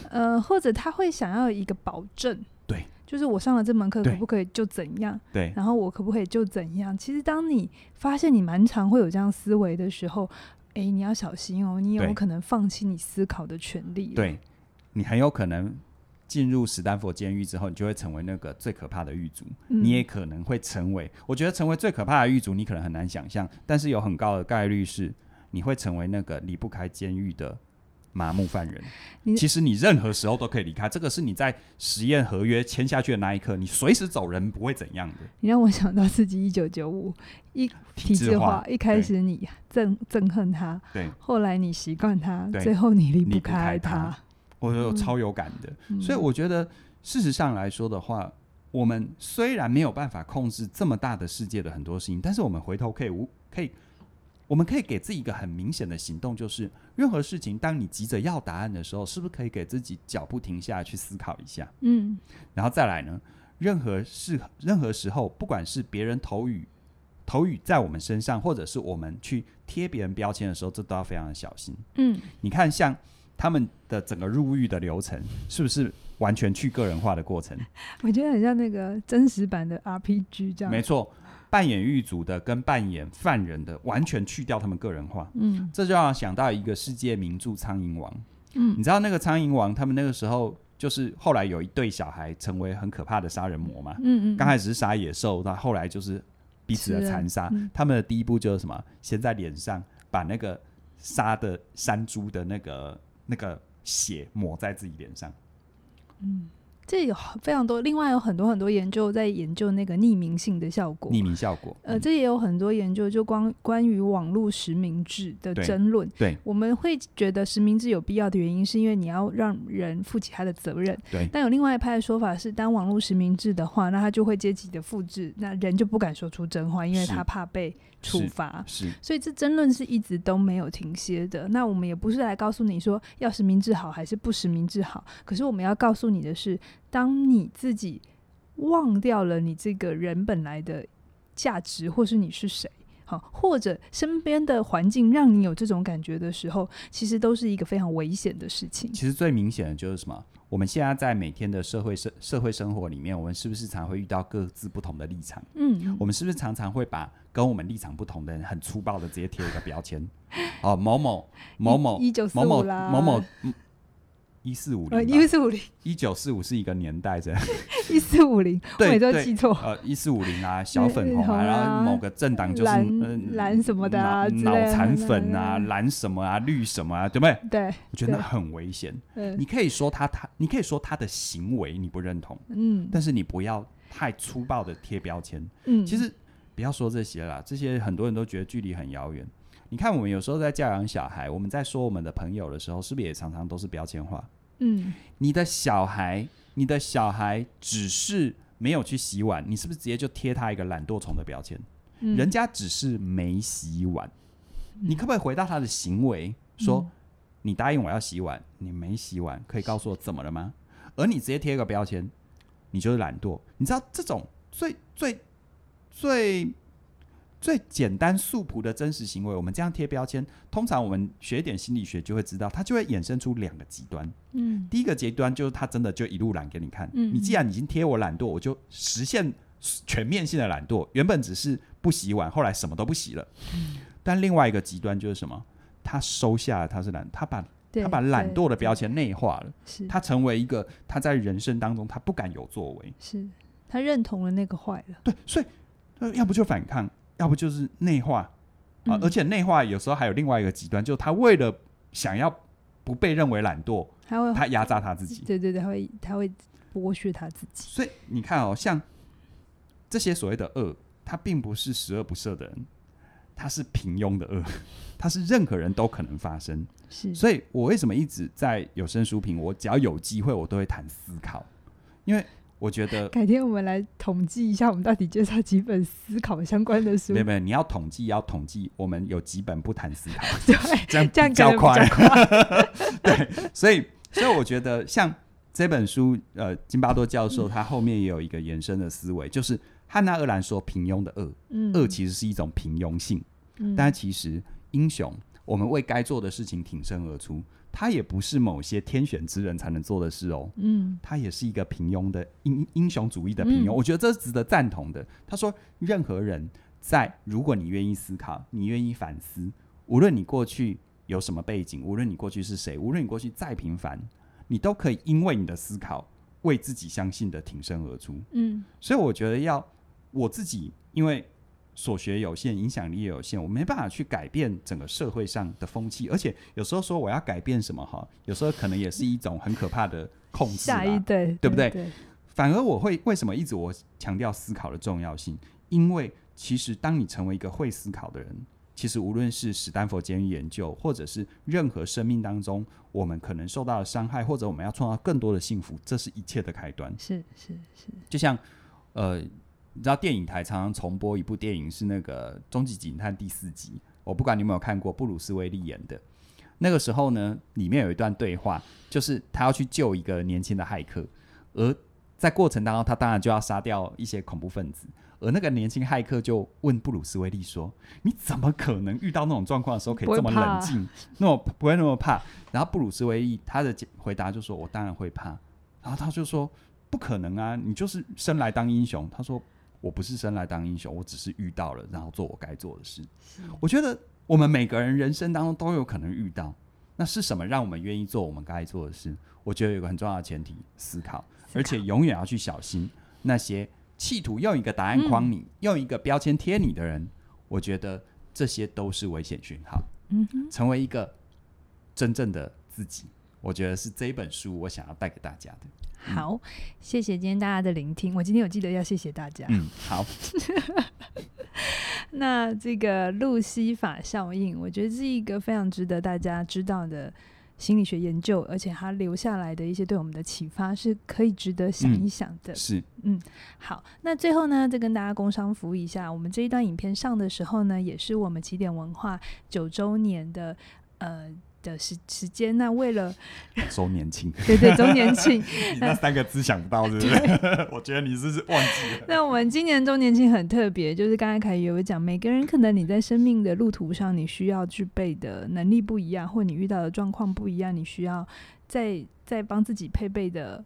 S1: 呃，或者他会想要一个保证，
S2: 对，
S1: 就是我上了这门课
S2: 对
S1: 可不可以就怎样，
S2: 对
S1: 然后我可不可以就怎样？其实当你发现你蛮常会有这样思维的时候，哎，你要小心哦，你有
S2: 对
S1: 可能放弃你思考的权利。，
S2: 对，你很有可能进入史丹佛监狱之后，你就会成为那个最可怕的狱卒。
S1: 嗯
S2: 你也可能会成为，我觉得成为最可怕的狱卒，你可能很难想象，但是有很高的概率是你会成为那个离不开监狱的。麻木犯人
S1: 你，
S2: 其实你任何时候都可以离开，这个是你在实验合约签下去的那一刻，你随时走人不会怎样的。
S1: 你让我想到自己一九九五 一体
S2: 制
S1: 制
S2: 化
S1: 化，一开始你憎憎恨他，
S2: 对，
S1: 后来你习惯他，
S2: 对
S1: 最后你离
S2: 离不开
S1: 开
S2: 他我有超有感的。
S1: 嗯
S2: 所以我觉得，事实上来说的话，我们虽然没有办法控制这么大的世界的很多事情，但是我们回头可以无可以，我们可以给自己一个很明显的行动，就是任何事情，当你急着要答案的时候，是不是可以给自己脚步停下来去思考一下，
S1: 嗯
S2: 然后再来呢？任何事，任何时候，不管是别人投语投语在我们身上，或者是我们去贴别人标签的时候，这都要非常的小心。
S1: 嗯，
S2: 你看，像他们的整个入狱的流程，是不是完全去个人化的过程？
S1: 我觉得很像那个真实版的 RPG 这样。
S2: 没错，扮演狱卒的跟扮演犯人的，完全去掉他们个人化。
S1: 嗯
S2: 这就让我想到一个世界名著《苍蝇王》。
S1: 嗯
S2: 你知道那个苍蝇王，他们那个时候就是后来有一对小孩成为很可怕的杀人魔嘛。
S1: 嗯嗯，
S2: 刚开始是杀野兽，到后来就是彼此的
S1: 吃人
S2: 残杀。
S1: 嗯
S2: 他们的第一步就是什么？先在脸上把那个杀的山猪的那个那个血抹在自己脸上。
S1: 这有非常多，另外有很多很多研究在研究那个匿名性的效果。
S2: 匿名效果。
S1: 呃，
S2: 嗯
S1: 这也有很多研究，就关关于网络实名制的
S2: 对
S1: 争论。
S2: 对
S1: 我们会觉得实名制有必要的原因，是因为你要让人负起他的责任。
S2: 嗯对
S1: 但有另外一派的说法是，当网络实名制的话，那他就会阶级的复制，那人就不敢说出真话，因为
S2: 是
S1: 他怕被处
S2: 是
S1: 罚。
S2: 是
S1: 所以这争论是一直都没有停歇的。那我们也不是来告诉你说要实名制好还是不实名制好，可是我们要告诉你的是，当你自己忘掉了你这个人本来的价值，或是你是谁。好，或者身边的环境让你有这种感觉的时候，其实都是一个非常危险的事情。
S2: 其实最明显的就是什么？我们现在在每天的社会生社会生活里面，我们是不是常会遇到各自不同的立场？
S1: 嗯，
S2: 我们是不是常常会把跟我们立场不同的人很粗暴的直接贴一个标签？哦，某某某某
S1: 一九四
S2: 某
S1: 五
S2: 某
S1: 啦，
S2: 某某一四五
S1: 呃一
S2: 零，
S1: 四五零
S2: 一九四五是一个年 代，这样
S1: 一四五零，我
S2: 对
S1: 每次都
S2: 对
S1: 记错。
S2: 呃一四五 零啊，小粉红
S1: 红啊
S2: 啊，然后某个政党就是
S1: 蓝
S2: 嗯
S1: 蓝什么的啊之类
S2: 脑
S1: 的
S2: 脑残粉啊，
S1: 嗯
S2: 蓝什么啊，绿什么啊，对不对？
S1: 对，
S2: 我觉得那
S1: 对
S2: 很危险。
S1: 嗯
S2: 你可以说他他，你可以说他的行为你不认同，
S1: 嗯
S2: 但是你不要太粗暴的贴标签。
S1: 嗯，
S2: 其实不要说这些啦，这些很多人都觉得距离很遥远。你看，我们有时候在教养小孩，我们在说我们的朋友的时候，是不是也常常都是标签化？
S1: 嗯
S2: 你的小孩，你的小孩只是没有去洗碗，你是不是直接就贴他一个懒惰虫的标签？
S1: 嗯
S2: 人家只是没洗碗，你可不可以回到他的行为，说你答应我要洗碗，你没洗碗，可以告诉我怎么了吗？而你直接贴一个标签，你就是懒惰。你知道这种最最最最简单素朴的真实行为，我们这样贴标签，通常我们学一点心理学就会知道，它就会衍生出两个极端。
S1: 嗯
S2: 第一个极端就是他真的就一路懒给你看，
S1: 嗯
S2: 你既然已经贴我懒惰，我就实现全面性的懒惰。原本只是不洗碗，后来什么都不洗了。
S1: 嗯
S2: 但另外一个极端就是什么？他收下了他是懒，他把
S1: 对
S2: 他把懒
S1: 对
S2: 惰的标
S1: 对
S2: 签内化了，
S1: 是
S2: 他成为一个他在人生当中他不敢有作为。
S1: 是他认同了那个坏了，
S2: 对，所以、呃、要不就反抗，要不就是内化啊、
S1: 嗯
S2: 而且内化有时候还有另外一个极端，就是他为了想要不被认为懒惰，
S1: 他会
S2: 他压榨他自己。
S1: 对对对，他会他会剥削他自己。
S2: 所以你看哦，像这些所谓的恶，他并不是十恶不赦的人，他是平庸的恶， 他是任何人都可能发生。
S1: 是，
S2: 所以我为什么一直在有声书评，我只要有机会，我都会谈思考，因为我觉 得
S1: 改天我们来统计一下，我们到底介绍几本思考相关的书
S2: 没。有没有，你要统计要统计，我们有几本不谈思考，
S1: 对，
S2: 这样
S1: 这样
S2: 比
S1: 可能
S2: 较
S1: 比
S2: 快。
S1: 较 快。
S2: 所以，所以我觉得像这本书，呃，津巴多教授他后面也有一个延伸的思维，就是汉娜·厄兰说平庸的恶，
S1: 嗯
S2: 恶其实是一种平庸性，
S1: 嗯
S2: 但其实英雄，我们为该做的事情挺身而出，他也不是某些天选之人才能做的事哦。
S1: 嗯
S2: 他也是一个平庸的英英雄主义的平庸，
S1: 嗯
S2: 我觉得这是值得赞同的。他说，任何人在如果你愿意思考，你愿意反思，无论你过去有什么背景，无论你过去是谁，无论你过去再平凡，你都可以因为你的思考为自己相信的挺身而出。
S1: 嗯
S2: 所以我觉得要我自己，因为所学有限，影响力也有限，我没办法去改变整个社会上的风气。而且有时候说我要改变什么哈，有时候可能也是一种很可怕的控制
S1: 下一
S2: 啦。
S1: 代
S2: 对不对
S1: 对？
S2: 反而我会为什么一直我强调思考的重要性？因为其实当你成为一个会思考的人，其实无论是史丹佛监狱研究，或者是任何生命当中我们可能受到的伤害，或者我们要创造更多的幸福，这是一切的开端。
S1: 是是是，
S2: 就像呃，你知道电影台常常重播一部电影是那个《终极警探》第四集，我不管你有没有看过，布鲁斯威利演的。那个时候呢，里面有一段对话，就是他要去救一个年轻的骇客，而在过程当中，他当然就要杀掉一些恐怖分子。而那个年轻骇客就问布鲁斯威利说：“你怎么可能遇到那种状况的时候可以
S1: 不会
S2: 这么
S1: 怕
S2: 冷静，那么不会那么怕？”然后布鲁斯威利他的回答就说：“我当然会怕。”然后他就说：“不可能啊，你就是生来当英雄。”他说：“我不是生来当英雄，我只是遇到了，然后做我该做的事。”我觉得我们每个人人生当中都有可能遇到，那是什么让我们愿意做我们该做的事？我觉得有一个很重要的前提：思考，而且永远要去小心那些企图用一个答案框你、用一个标签贴你的人。我觉得这些都是危险讯号。
S1: 嗯哼，
S2: 成为一个真正的自己，我觉得是这一本书我想要带给大家的。嗯
S1: 好，谢谢今天大家的聆听。我今天有记得要谢谢大家。
S2: 嗯，好，
S1: 那这个路西法效应，我觉得是一个非常值得大家知道的心理学研究，而且它留下来的一些对我们的启发是可以值得想一想的。
S2: 是
S1: 好，那最后呢，再跟大家工商服务一下，我们这一段影片上的时候呢，也是我们起点文化九周年的呃的时时间。那为了
S2: 周年庆，
S1: 对对周年庆，
S2: 你那三个字想不到是不是？ 我觉得你是不是忘记了。
S1: 那我们今年周年庆很特别，就是刚才凯宇有讲，每个人可能你在生命的路途上，你需要具备的能力不一样，或你遇到的状况不一样，你需要在在帮自己配备的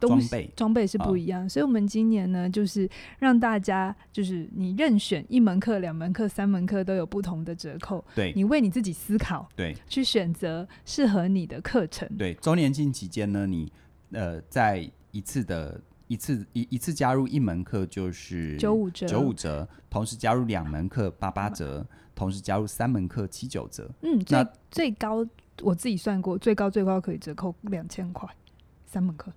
S1: 东西
S2: 装备啊
S1: 装备是不一样。所以，我们今年呢，就是让大家就是你任选一门课、两门课、三门课都有不同的折扣，
S2: 对
S1: 你为你自己思考，
S2: 对
S1: 去选择适合你的课程。
S2: 对，周年庆期间呢，你呃在一次的一次一一次加入一门课就是
S1: 九五折，
S2: 九五折，同时加入两门课八八折，同时加入三门课七九折。
S1: 嗯，最
S2: 那
S1: 最高我自己算过，最高最高可以折扣两千块，三门课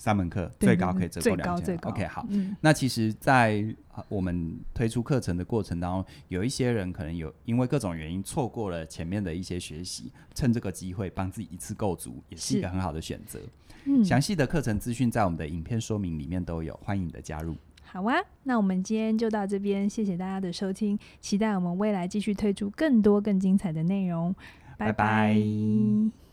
S2: 三门课
S1: 对
S2: 最
S1: 对
S2: 高
S1: 对
S2: 可以折
S1: 最
S2: 扣
S1: 高
S2: 两
S1: 最
S2: 千
S1: 高。
S2: OK，好。
S1: 嗯，
S2: 那其实，在呃我们推出课程的过程当中，有一些人可能有因为各种原因错过了前面的一些学习，趁这个机会帮自己一次够足，也是一
S1: 是
S2: 个很好的选择。
S1: 嗯
S2: 详细的课程资讯在我们的影片说明里面都有，欢迎你的加入。
S1: 好啊，那我们今天就到这边，谢谢大家的收听，期待我们未来继续推出更多更精彩的内容，拜
S2: 拜拜